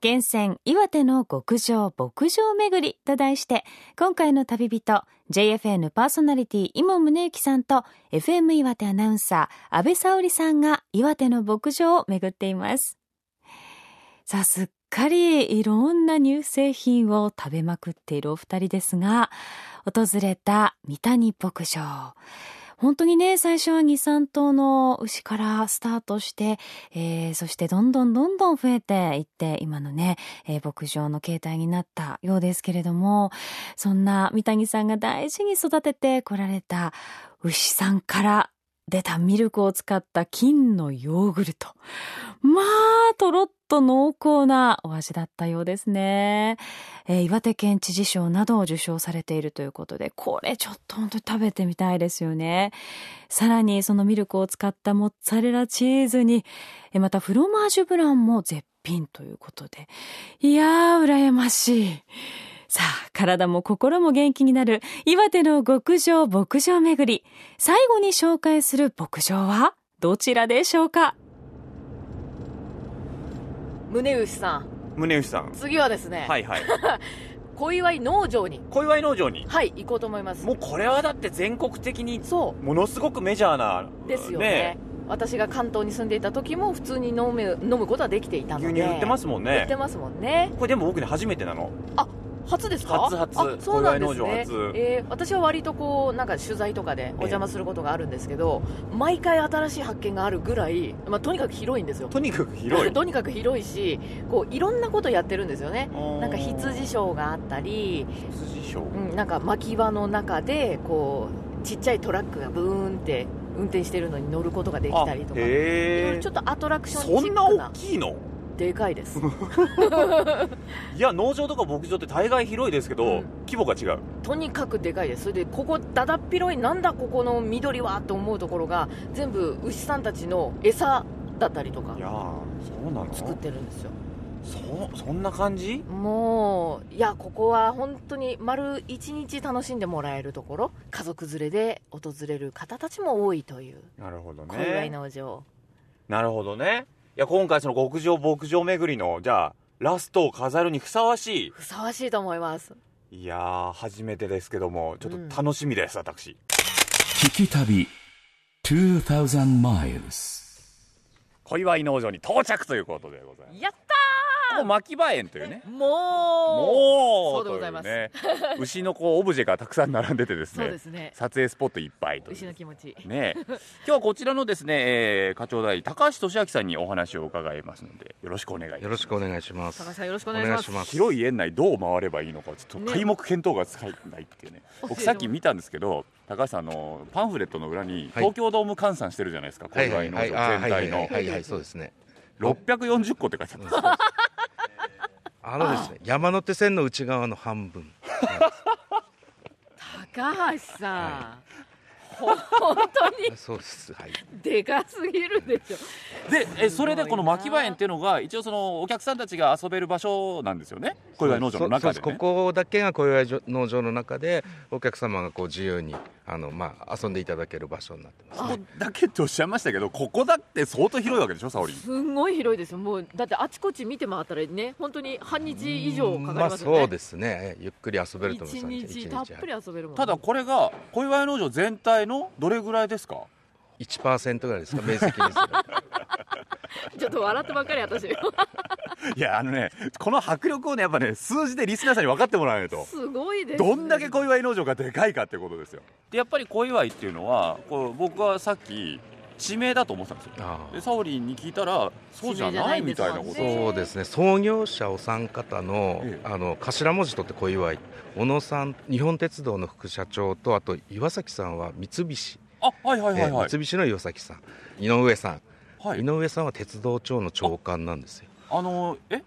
Speaker 4: 厳選岩手の極上牧場巡りと題して、今回の旅人、JFN パーソナリティ、今宗之さんと FM 岩手アナウンサー、安倍沙織さんが岩手の牧場を巡っています。さあ、すっかりいろんな乳製品を食べまくっているお二人ですが、訪れた三谷牧場。本当にね、最初は2、3頭の牛からスタートして、えーそしてどんどんどんどん増えていって、今のね、えー牧場の形態になったようですけれども、そんな三谷さんが大事に育ててこられた牛さんから出たミルクを使った金のヨーグルト。まあ、とろっと濃厚なお味だったようですね。えー岩手県知事賞などを受賞されているということで、これちょっと本当に食べてみたいですよね。さらにそのミルクを使ったモッツァレラチーズに、えーまたフロマージュブランも絶品ということで。いやー、羨ましい。さあ、体も心も元気になる岩手の極上牧場巡り。最後に紹介する牧場はどちらでしょうか
Speaker 3: 宗牛さん
Speaker 5: 宗吉さん
Speaker 3: 次はですね、
Speaker 5: はいはい
Speaker 3: 小祝農場に
Speaker 5: 小祝農場に
Speaker 3: はい行こうと思います
Speaker 5: もうこれはだって全国的に
Speaker 3: そ
Speaker 5: ものすごくメジャーな
Speaker 3: うですよね私が関東に住んでいた時も普通に飲む飲むことはできていたので
Speaker 5: 牛乳売ってますすもん
Speaker 3: 売っ
Speaker 5: ね
Speaker 3: てますもんね
Speaker 5: これでも僕ね初めてなの
Speaker 3: 初ですか
Speaker 5: 初初
Speaker 3: あそうなんですね
Speaker 5: 小岩井農場初
Speaker 3: えー私は割とこうなんか取材とかでお邪魔することがあるんですけど、毎回新しい発見があるぐらい、まあ、とにかく広いんですよ
Speaker 5: とにかく広 い
Speaker 3: とにかく広いしこういろんなことやってるんですよねな
Speaker 5: なん
Speaker 3: か羊ショーがあったり、
Speaker 5: 羊シ
Speaker 3: う
Speaker 5: ョー
Speaker 3: ん、なんか巻き場の中でこうちっちゃいトラックがブーンって運転してるのに乗ることができたりとか、いろい
Speaker 5: へ
Speaker 3: ろ
Speaker 5: え
Speaker 3: ちょっとアトラクション
Speaker 5: そ
Speaker 3: チ
Speaker 5: ん
Speaker 3: ッ
Speaker 5: な
Speaker 3: ク
Speaker 5: 大
Speaker 3: な
Speaker 5: きいの
Speaker 3: でかいです
Speaker 5: いや農場とか牧場って大概広いですけど、
Speaker 3: うん
Speaker 5: 規模が違う
Speaker 3: とにかくでかいですそれでここだだっ広いなんだここの緑はと思うところが全部牛さんたちの餌だったりとか
Speaker 5: いやーそうなの
Speaker 3: 作ってるんですよ
Speaker 5: そそんな感じ
Speaker 3: もういやここは本当に丸一日楽しんでもらえるところ家族連れで訪れる方たちも多いという
Speaker 5: なるほど
Speaker 3: 小祝
Speaker 5: ね
Speaker 3: 農場、
Speaker 5: なるほどねいや今回その牧場牧場巡りのじゃあラストを飾るにふさわし
Speaker 3: ふさわしいと思います
Speaker 5: いいやー初めてですけどもちょっと楽しみです、私
Speaker 1: 聞き旅2000 miles
Speaker 2: 小祝農場に到着ということでございます
Speaker 3: やっ
Speaker 2: ここ牧場園というね
Speaker 3: たもう
Speaker 2: も
Speaker 3: そううでございます
Speaker 2: とね、牛のこうオブジェがたくさん並んでてです
Speaker 3: そう
Speaker 2: ね
Speaker 3: ですね
Speaker 2: 撮影スポットいっぱいという
Speaker 3: 牛の気持ち
Speaker 2: ねえ今日はこちらのですね、えー課長代理高橋俊明さんにお話を伺いますのでよろしくお願いいたし
Speaker 8: よ
Speaker 2: ま
Speaker 8: ろ
Speaker 2: す
Speaker 8: しくお願いします。
Speaker 3: 高橋さんよろしくお
Speaker 8: お
Speaker 3: 願いします
Speaker 8: ます
Speaker 2: 広い園内どう回ればいいのかちょっ
Speaker 3: ね
Speaker 2: と開目検討が使えないっていうね
Speaker 3: 教え
Speaker 2: 僕
Speaker 3: て
Speaker 2: さっき見たんですけど高橋さんあのパンフレットの裏に東京ドーム換算してるじゃないですか、
Speaker 8: はいは
Speaker 2: 郊
Speaker 8: い
Speaker 2: 外の
Speaker 8: はい、あーはいは
Speaker 2: 全体
Speaker 8: いはい
Speaker 2: の
Speaker 8: はいはい、そうですね。
Speaker 2: 640個って書いてあったんですよ
Speaker 8: あのですね、山手線の内側の半分。
Speaker 3: 高橋さん、本当に
Speaker 8: そうです。はい。
Speaker 3: でかすぎるでしょ
Speaker 2: でえそれ
Speaker 3: すご
Speaker 2: で
Speaker 3: いな
Speaker 2: この牧場園っていうのが一応そのお客さんたちが遊べる場所なんですよね小岩井農場の中で
Speaker 8: そうそう
Speaker 2: ね
Speaker 8: ここだけが小岩井農場の中で、お客様がこう自由に、あの、まあ、遊んでいただける場所になってますね。
Speaker 2: ここだけっておっしゃいましたけどここだって相当広いわけでしょ沙織
Speaker 3: すんごい広いですよもうだってあちこち見て回ったらね本当に半日以上かかり
Speaker 8: まあ、
Speaker 3: ますよね、
Speaker 8: そうですね。ゆっくり遊べると思い
Speaker 3: 一
Speaker 8: ます。
Speaker 3: 日たっぷり遊べるもん
Speaker 2: ただこれが小岩井農場全体のどれぐらいですか
Speaker 8: 一パーセントぐらいですか、面積ですよ。
Speaker 3: ちょっと笑ってばっかり私
Speaker 2: いやあのねこの迫力をねやっぱね数字でリスナーさんに分かってもらわないと
Speaker 3: すごいです、ね、
Speaker 2: どんだけ小祝農場がでかいかってことですよでやっぱり小祝っていうのはこう僕はさっき地名だと思ってたんですよ
Speaker 8: あー
Speaker 2: で沙織に聞いたらそうじゃないみたいなこと
Speaker 3: 地名じゃないんですもんね
Speaker 8: そうですね創業者お三方の,、
Speaker 2: ええ
Speaker 8: あの頭文字取って小祝い小野さん日本鉄道の副社長とあと岩崎さんは三菱、
Speaker 2: あはいはいはいは
Speaker 8: え
Speaker 2: い
Speaker 8: え、三菱の岩崎さん井上さん、
Speaker 2: はい
Speaker 8: 井上さんは鉄道庁の長官なんですよ。
Speaker 2: あのえ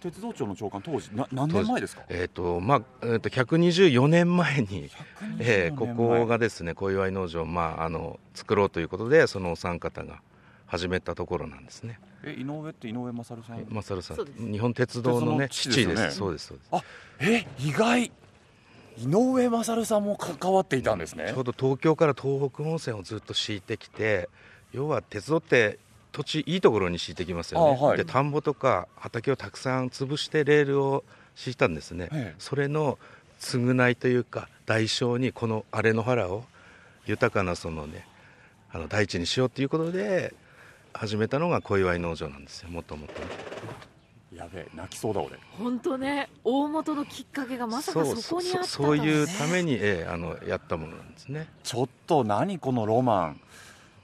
Speaker 2: 鉄道庁の長官当時な何年前ですか
Speaker 8: えーとまあえー、と124年前に、ええ
Speaker 2: 124
Speaker 8: こ
Speaker 2: 年前
Speaker 8: こがですね小祝い農場を、まあ、あの作ろうということでそのお三方が始めたところなんですね。
Speaker 2: え井上って井上勝さん、
Speaker 8: マサルさ
Speaker 3: そうです
Speaker 8: ん日本鉄道の,、ね、
Speaker 2: 鉄
Speaker 8: 父
Speaker 2: 道
Speaker 8: で
Speaker 2: の
Speaker 8: す
Speaker 2: 父ですよね
Speaker 8: そうですそうです
Speaker 2: え意外井上勝さんも関わっていたんですね
Speaker 8: ちょうど東京から東北本線をずっと敷いてきて要は鉄道って土地いいところに敷いてきますよね、
Speaker 2: あはい
Speaker 8: で田んぼとか畑をたくさん潰してレールを敷いたんですね、
Speaker 2: ええ
Speaker 8: それの償いというか代償にこの荒れ野原を豊かなそのねあの大地にしようということで始めたのが小祝農場なんですよもともとね
Speaker 2: やべえ泣きそうだ俺
Speaker 3: 本当ね大元のきっかけがまさかそこにあったとはね
Speaker 8: そういうために、ええあのやったものなんですね
Speaker 2: ちょっと何このロマン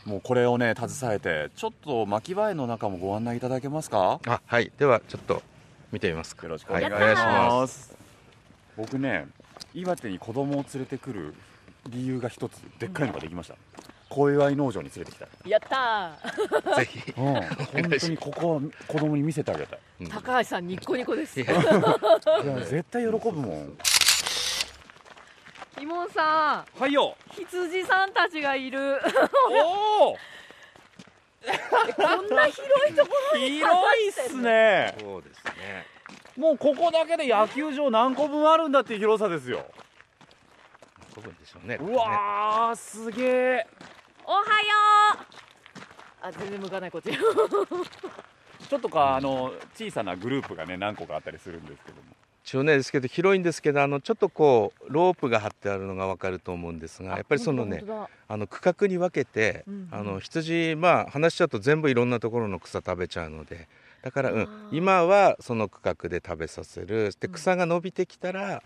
Speaker 2: もうこれをね携えてちょっと巻き場の中もご案内いただけますか
Speaker 8: あはいではちょっと見てみますか
Speaker 2: よろしくお願いし
Speaker 8: はお願いします
Speaker 2: ます僕ね岩手に子供を連れてくる理由が一つでっかいのができました、小祝農場に連れてきたい、
Speaker 3: やったー
Speaker 8: ぜひ。
Speaker 2: 本当にここは子供に見せてあげたい
Speaker 3: 高橋さんニッコニコです
Speaker 8: いや
Speaker 2: いや絶対喜ぶもん
Speaker 3: イモンさん
Speaker 2: はいよ
Speaker 3: 羊さんたちがいる
Speaker 2: おお
Speaker 3: こんな広いところに
Speaker 2: 広いっすね
Speaker 8: そうですね。
Speaker 5: もうここだけで野球場何個分あるんだっていう広さですよ
Speaker 8: どこでしょうね。
Speaker 5: うわーすげえ
Speaker 4: おはよ
Speaker 3: あ全然向かないこっち
Speaker 5: ちょっとかあの小さなグループがね何個かあったりするんですけども
Speaker 8: 中年ですけど広いんですけどあのちょっとこうロープが張ってあるのがわかると思うんですがやっぱりそのね
Speaker 3: 本当だ本
Speaker 8: あの区画に分けて、
Speaker 3: うん
Speaker 8: あの羊まあ話しちゃうと全部いろんなところの草食べちゃうのでだから、う
Speaker 3: あ
Speaker 8: ん
Speaker 3: ー、
Speaker 8: 今はその区画で食べさせるで
Speaker 3: うん
Speaker 8: 草が伸びてきたら、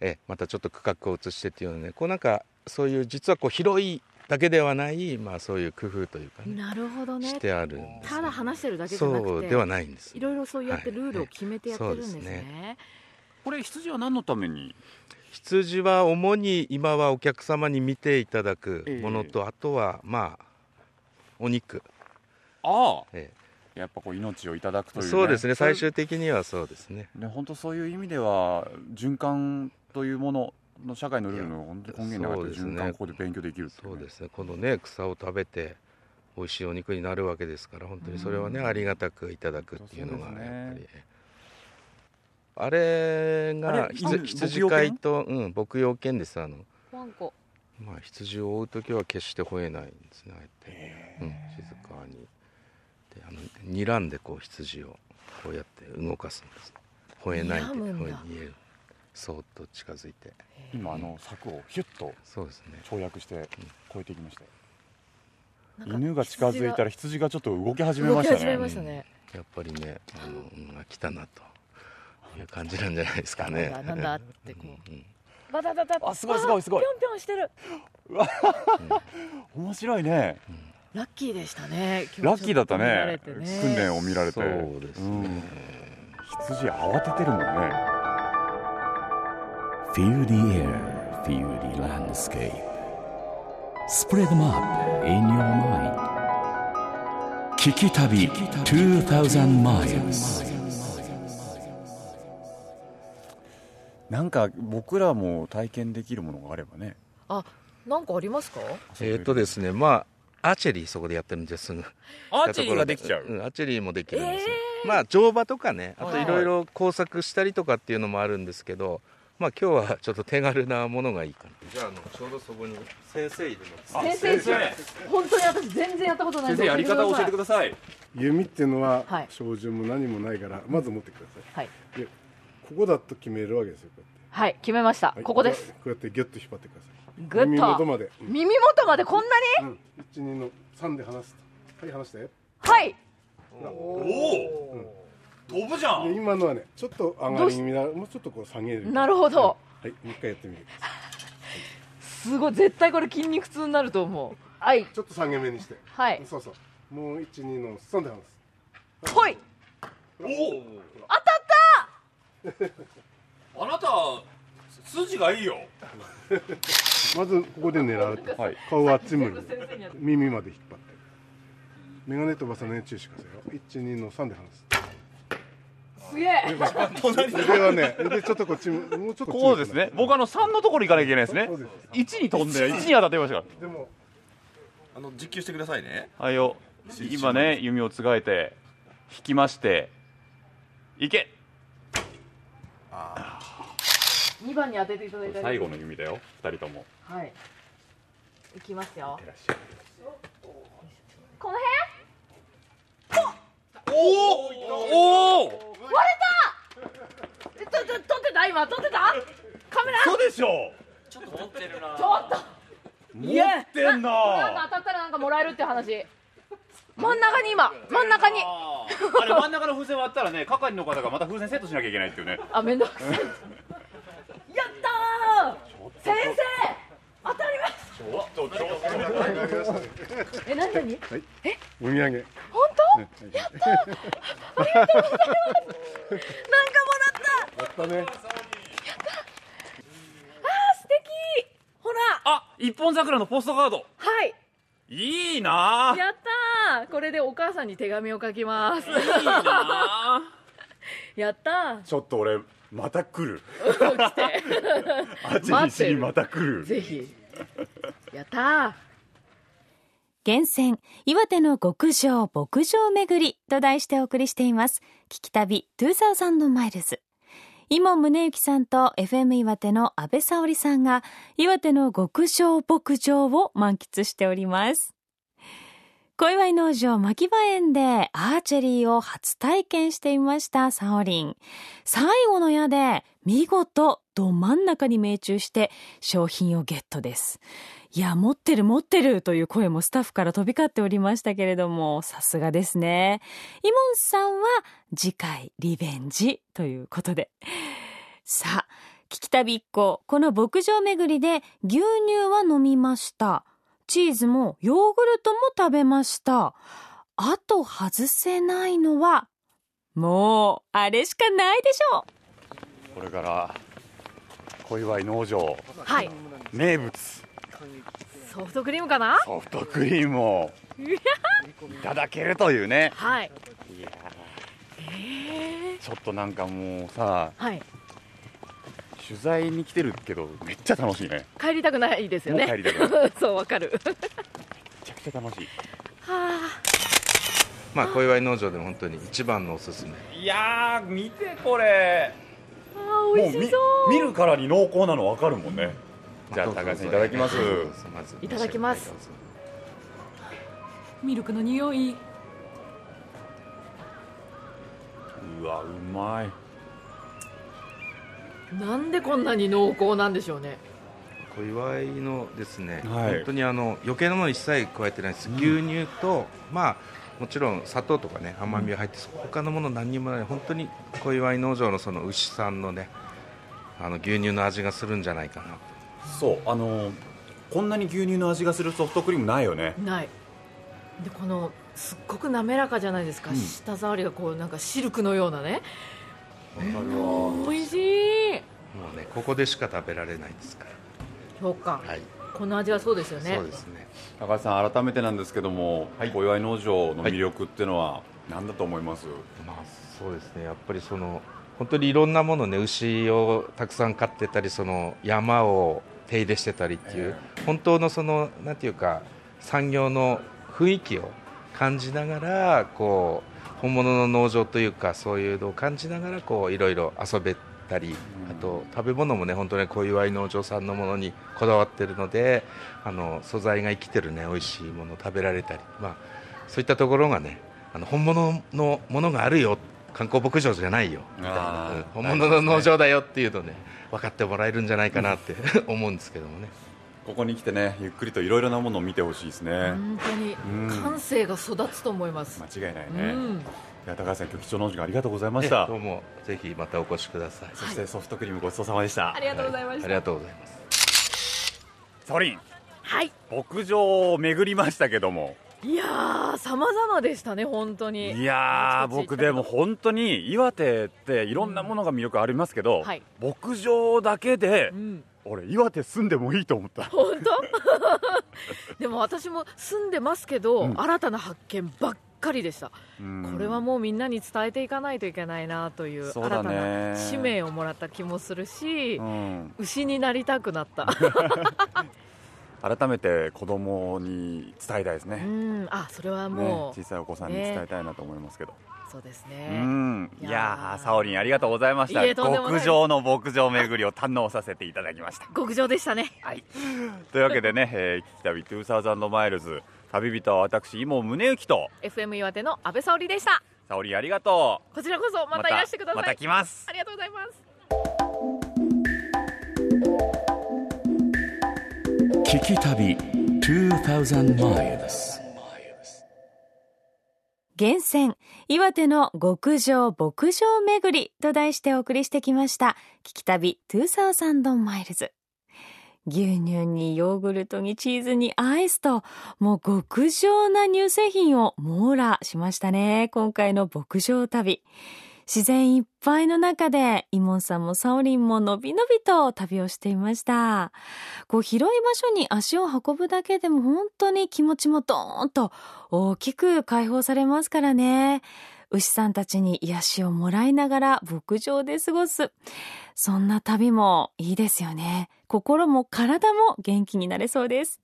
Speaker 8: えまたちょっと区画を移してっていうのでこうなんかそういう実はこう広いだけではない、まあ、そういう工夫というか
Speaker 3: 当
Speaker 8: ね
Speaker 3: だなるほどね
Speaker 8: してあるんですね、
Speaker 3: ただ話してるだけじゃなくて
Speaker 8: そうではないんです
Speaker 3: いろいろそうやって
Speaker 8: はい
Speaker 3: ルールを決めてやってるんですね,、
Speaker 8: そうです
Speaker 2: これ羊は何のために
Speaker 8: 羊は主に今はお客様に見ていただくものと、あとはまあお肉、
Speaker 2: ああ
Speaker 8: え
Speaker 2: やっぱこう命をいただくと
Speaker 8: え
Speaker 2: いう、ね、
Speaker 8: そうですね最
Speaker 2: れ
Speaker 8: 終的にはそうですね
Speaker 2: ね本当そういう意味では循環というものの社会のルールの本当に根源にある
Speaker 8: そうですね
Speaker 2: 循環をここで勉強できるってい
Speaker 8: そうう
Speaker 2: ね
Speaker 8: ですねこのね草を食べて美味しいお肉になるわけですから本当にそれはね、ありがたくいただくっていうのがや
Speaker 2: 本
Speaker 8: っ
Speaker 2: 当
Speaker 8: ぱ
Speaker 2: そうですね
Speaker 8: り、あれが
Speaker 2: あれ
Speaker 8: 羊
Speaker 2: 牧
Speaker 8: 羊飼いと、うん、牧羊犬ですあの、
Speaker 3: ワンコ
Speaker 8: まあ、羊を追う時は決して吠えないんですねあえて、うん、静かにであの睨んでこう羊をこうやって動かすんです吠えないで
Speaker 3: 睨むんだ
Speaker 8: 吠えるそーっと近づいて
Speaker 2: 今あの柵をヒュッと
Speaker 8: そうですね
Speaker 2: 跳躍して越えていきましたよ
Speaker 3: なんか
Speaker 2: 犬が近づいたら羊がちょっと動き始めま
Speaker 3: 動
Speaker 2: し
Speaker 3: き
Speaker 2: た
Speaker 3: 始め
Speaker 2: ね
Speaker 3: ましたね
Speaker 8: やっぱりねあの、うん、あ来たなという感じなんじゃないですかね
Speaker 3: なんだなんだってこ
Speaker 8: うんうん
Speaker 3: うバタバタ
Speaker 5: あすごいすごいすごい
Speaker 3: ぴょんぴょんしてる
Speaker 2: 面白いね
Speaker 3: ラッキーでしたね今日
Speaker 2: ラッキーだった
Speaker 3: ちょと乱れ
Speaker 2: ね
Speaker 3: て
Speaker 2: 訓練を見られ
Speaker 8: そ
Speaker 2: て
Speaker 8: うですね、
Speaker 2: うん羊慌ててるもんね
Speaker 1: Feel the air, feel the landscape. Spread them up in your mind. Kikitabi 2000 miles.
Speaker 2: なんか僕らも体験できるものがあればね
Speaker 3: あなんかありますか
Speaker 8: えーっとですねまあアーチェリーそこでやってるんですぐ
Speaker 5: アーチェリーができちゃう、
Speaker 8: んアーチェリーもできるんですよ、まあ乗馬とかねあと
Speaker 3: はい
Speaker 8: いろいろ工作したりとかっていうのもあるんですけどまあ今日はちょっと手軽なものがいいかなじゃああのちょうどそこに先生いるの
Speaker 3: 先生本当に私全然やったことないんで
Speaker 2: 先生やり方教えてください
Speaker 9: 弓っていうのは
Speaker 3: はい
Speaker 9: 照準も何もないからまず持ってくださ
Speaker 3: はい
Speaker 9: いでここだと決めるわけですよこうやって
Speaker 3: はい決めました
Speaker 9: はい
Speaker 3: ここです
Speaker 9: こうやってギュッと引っ張ってください
Speaker 3: グッと
Speaker 9: 耳元まで、うん
Speaker 3: 耳元までこんなに
Speaker 9: うん、12の3で離すとはい離してで
Speaker 3: はい
Speaker 5: 飛ぶじゃん
Speaker 9: 今のはねちょっと上がり気味なもうちょっとこう下げる
Speaker 3: なるほど
Speaker 9: はいもう一回やってみる
Speaker 3: すごい絶対これ筋肉痛になると思うはい
Speaker 9: ちょっと下げ目にして
Speaker 3: はい
Speaker 9: そうそうもう12の3で離す
Speaker 3: ほい
Speaker 5: あなた筋がいいよ
Speaker 9: まずここで狙うと、
Speaker 2: はい
Speaker 9: 顔はあっち向
Speaker 3: 全部
Speaker 9: いて
Speaker 3: 先生にやって
Speaker 9: 耳まで引っ張ってメガネ飛ばさないように注意してくださいよ12の3で離す
Speaker 3: すげえ
Speaker 9: 腕はね腕ちょっとこっちももうちょっと
Speaker 5: こうですね僕あの3のところ行かなきゃいけないですね
Speaker 9: そうです
Speaker 5: 1に飛んで1に当たってみましたか
Speaker 9: でも
Speaker 10: あの実況してくださいね。
Speaker 5: らはいよ今ね弓をつがえて引きましていけ
Speaker 3: 2番に当てていただいたり
Speaker 2: 最後の弓だよ二人とも
Speaker 3: はいいきますよ
Speaker 2: いらっしゃい
Speaker 3: この
Speaker 5: おお
Speaker 3: 辺えとと撮ってた今撮ってたカメラ
Speaker 5: そうでしょ
Speaker 3: ちょっと
Speaker 5: 持ってん
Speaker 3: なん
Speaker 5: な
Speaker 3: か当たったらなんかもらえるって話真ん中に今真ん中に
Speaker 5: あーあれ真ん中の風船割ったらね係の方がまた風船セットしなきゃいけないっていうね
Speaker 3: あ面倒くさいやったー先生当たりましたえ何
Speaker 9: お
Speaker 3: 何
Speaker 9: 土産
Speaker 3: 本当なんかもらった
Speaker 9: だね
Speaker 3: あ素敵ほら
Speaker 5: あ一本桜のポストカード
Speaker 3: はい
Speaker 5: いいな
Speaker 3: やったーこれでお母さんに手紙を書きます
Speaker 5: いいな
Speaker 3: やった
Speaker 2: ちょっと俺また来る
Speaker 3: ー来て
Speaker 2: あっちにしにまた来る
Speaker 3: ぜひやった
Speaker 4: 厳選岩手の極上牧場巡りと題してお送りしています聞き旅2000マイルズ伊門宗行さんと FM 岩手の安倍沙織さんが岩手の極上牧場を満喫しております。小祝農場牧場園でアーチェリーを初体験していましたサオリン。最後の矢で見事ど真ん中に命中して商品をゲットです。いや、持ってる持ってるという声もスタッフから飛び交っておりましたけれども、さすがですね。イモンさんは次回リベンジということで。さあ、聞き旅一行、この牧場巡りで牛乳は飲みました。チーズもヨーグルトも食べました。あと外せないのは、もう、あれしかないでしょう
Speaker 5: これから小祝農場
Speaker 3: はい
Speaker 5: 名物
Speaker 3: ソフトクリームかな
Speaker 5: ソフトクリームを
Speaker 3: いや
Speaker 5: いただけるというね
Speaker 3: はい
Speaker 5: いや
Speaker 3: えー、
Speaker 5: ちょっとなんかもうさ
Speaker 3: はい
Speaker 5: 取材に来てるけどめっちゃ楽しいねめ
Speaker 3: 帰りたくないですよね
Speaker 5: もう帰りたく
Speaker 3: そうわかる
Speaker 5: ちゃくちゃ楽しい
Speaker 3: は
Speaker 8: まあ小祝農場でも本当に一番のおすすめ
Speaker 2: いやー見てこれ
Speaker 3: ああー美味しそう
Speaker 2: 見るからに濃厚なの分かるもんねじゃあ
Speaker 8: どうぞ
Speaker 2: 高橋さんいただきます
Speaker 8: どうぞまず
Speaker 3: いただきます
Speaker 8: どうぞ
Speaker 3: ミルクの匂いう
Speaker 2: わうまい
Speaker 3: なんでこんなに濃厚なんでしょうね
Speaker 8: 小祝のですね、
Speaker 2: はい
Speaker 8: 本当にあの余計なもの一切加えてないです、牛乳と、まあ、もちろん砂糖とかね甘みが入って、他のもの何にもない本当に小祝農場のその牛さんのねあの牛乳の味がするんじゃないかな
Speaker 2: そうあのーこんなに牛乳の味がするソフトクリームないよね
Speaker 3: ないでこのすっごく滑らかじゃないですか、
Speaker 2: うん
Speaker 3: 舌触りがこうなんかシルクのようなね
Speaker 2: わかる
Speaker 3: 美味しい
Speaker 8: もうねここでしか食べられないですか
Speaker 3: そうか、
Speaker 8: らはい、
Speaker 3: この味はそうですよね
Speaker 8: そうですね
Speaker 2: 高橋さん改めてなんですけども、小祝農場の魅力ってのは何だと思います、
Speaker 8: まあそうですねやっぱりその本当にいろんなものね牛をたくさん飼ってたりその山を手入れしてたりっていう、本当のそのなんていうか産業の雰囲気を感じながらこう本物の農場というかそういうのを感じながらこういろいろ遊べたり、あと食べ物もね本当に小祝農場さんのものにこだわってるのであの素材が生きてるね美味しいもの食べられたり、まあ、そういったところがねあの本物のものがあるよ観光牧場じゃないよみたいな
Speaker 2: あー
Speaker 8: うん本物の農場だよっていうのね分かってもらえるんじゃないかなって思うんですけどもね
Speaker 2: ここに来てねゆっくりといろいろなものを見てほしいですね、
Speaker 3: 本当に
Speaker 2: うん
Speaker 3: 感性が育つと思います、
Speaker 2: 間違いないうね、い
Speaker 3: ん、
Speaker 2: や高橋さん今日貴重なお時間ありがとうございま
Speaker 8: え
Speaker 2: し
Speaker 8: ど
Speaker 2: た
Speaker 8: うもぜひまたお越しください
Speaker 2: そしてソフトクリームごちそうさまでした
Speaker 3: ありがとうございまし
Speaker 8: あ
Speaker 3: た
Speaker 8: りがとうございます
Speaker 2: ソリン
Speaker 3: はい
Speaker 2: 牧場を巡りましたけども
Speaker 3: いやー様々でしたね本当に
Speaker 2: いやー
Speaker 3: あちこち行
Speaker 2: 僕
Speaker 3: ったけ
Speaker 2: で
Speaker 3: ど
Speaker 2: も本当に岩手っていろんなものが魅力ありますけど、
Speaker 3: はい
Speaker 2: 牧場だけで、
Speaker 3: うん
Speaker 2: 俺岩手住んでもいいと思った
Speaker 3: 本当でも私も住んでますけど、
Speaker 2: うん
Speaker 3: 新たな発見ばっかりでした、
Speaker 2: こ
Speaker 3: これはもうみんなに伝えていかないといけないなという
Speaker 2: そう
Speaker 3: 新
Speaker 2: だ
Speaker 3: た
Speaker 2: ね
Speaker 3: な使命をもらった気もするし、
Speaker 2: うん、
Speaker 3: 牛になりたくなった、
Speaker 2: 改めて子供に伝えたいです
Speaker 3: う
Speaker 2: ね,、
Speaker 3: ん、あそれは
Speaker 2: ね
Speaker 3: もう、
Speaker 2: 小さいお子さんに伝えたいなと思いますけど、
Speaker 3: そうです
Speaker 2: う
Speaker 3: ね、
Speaker 2: んい
Speaker 3: いやー
Speaker 2: やーサオリンありがとうございました
Speaker 3: いえとんでもない
Speaker 2: 牧場の牧場巡りを堪能させていただき ました
Speaker 3: 極上でしたね
Speaker 2: というわけでね「えー、聞き旅2000マイルズ」旅人は私伊門宗行と
Speaker 3: FM 岩手の安倍沙織でした
Speaker 2: サオリンありがとう
Speaker 3: こちらこそまたいらしてください、
Speaker 2: また来ます
Speaker 3: ありがとうございます
Speaker 1: 聞き旅2000 miles
Speaker 4: 厳選岩手の極上牧場巡りと題してお送りしてきました聞き旅2000マイルズ牛乳にヨーグルトにチーズにアイスともう極上な乳製品を網羅しましたね今回の牧場旅自然いっぱいの中で、イモンさんもサオリンものびのびと旅をしていました。こう広い場所に足を運ぶだけでも本当に気持ちもドーンと大きく解放されますからね。牛さんたちに癒しをもらいながら牧場で過ごす。そんな旅もいいですよね。心も体も元気になれそうです。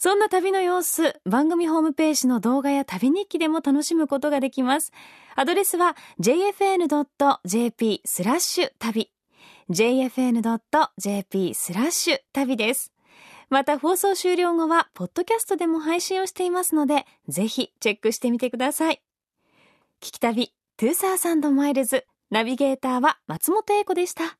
Speaker 4: そんな旅の様子、番組ホームページの動画や旅日記でも楽しむことができます。アドレスは jfn.jp スラッシュ旅 jfn.jp スラッシュ旅ですまた放送終了後はポッドキャストでも配信をしていますのでぜひチェックしてみてください聞き旅トゥーサーサンドマイルズナビゲーターは松本英子でした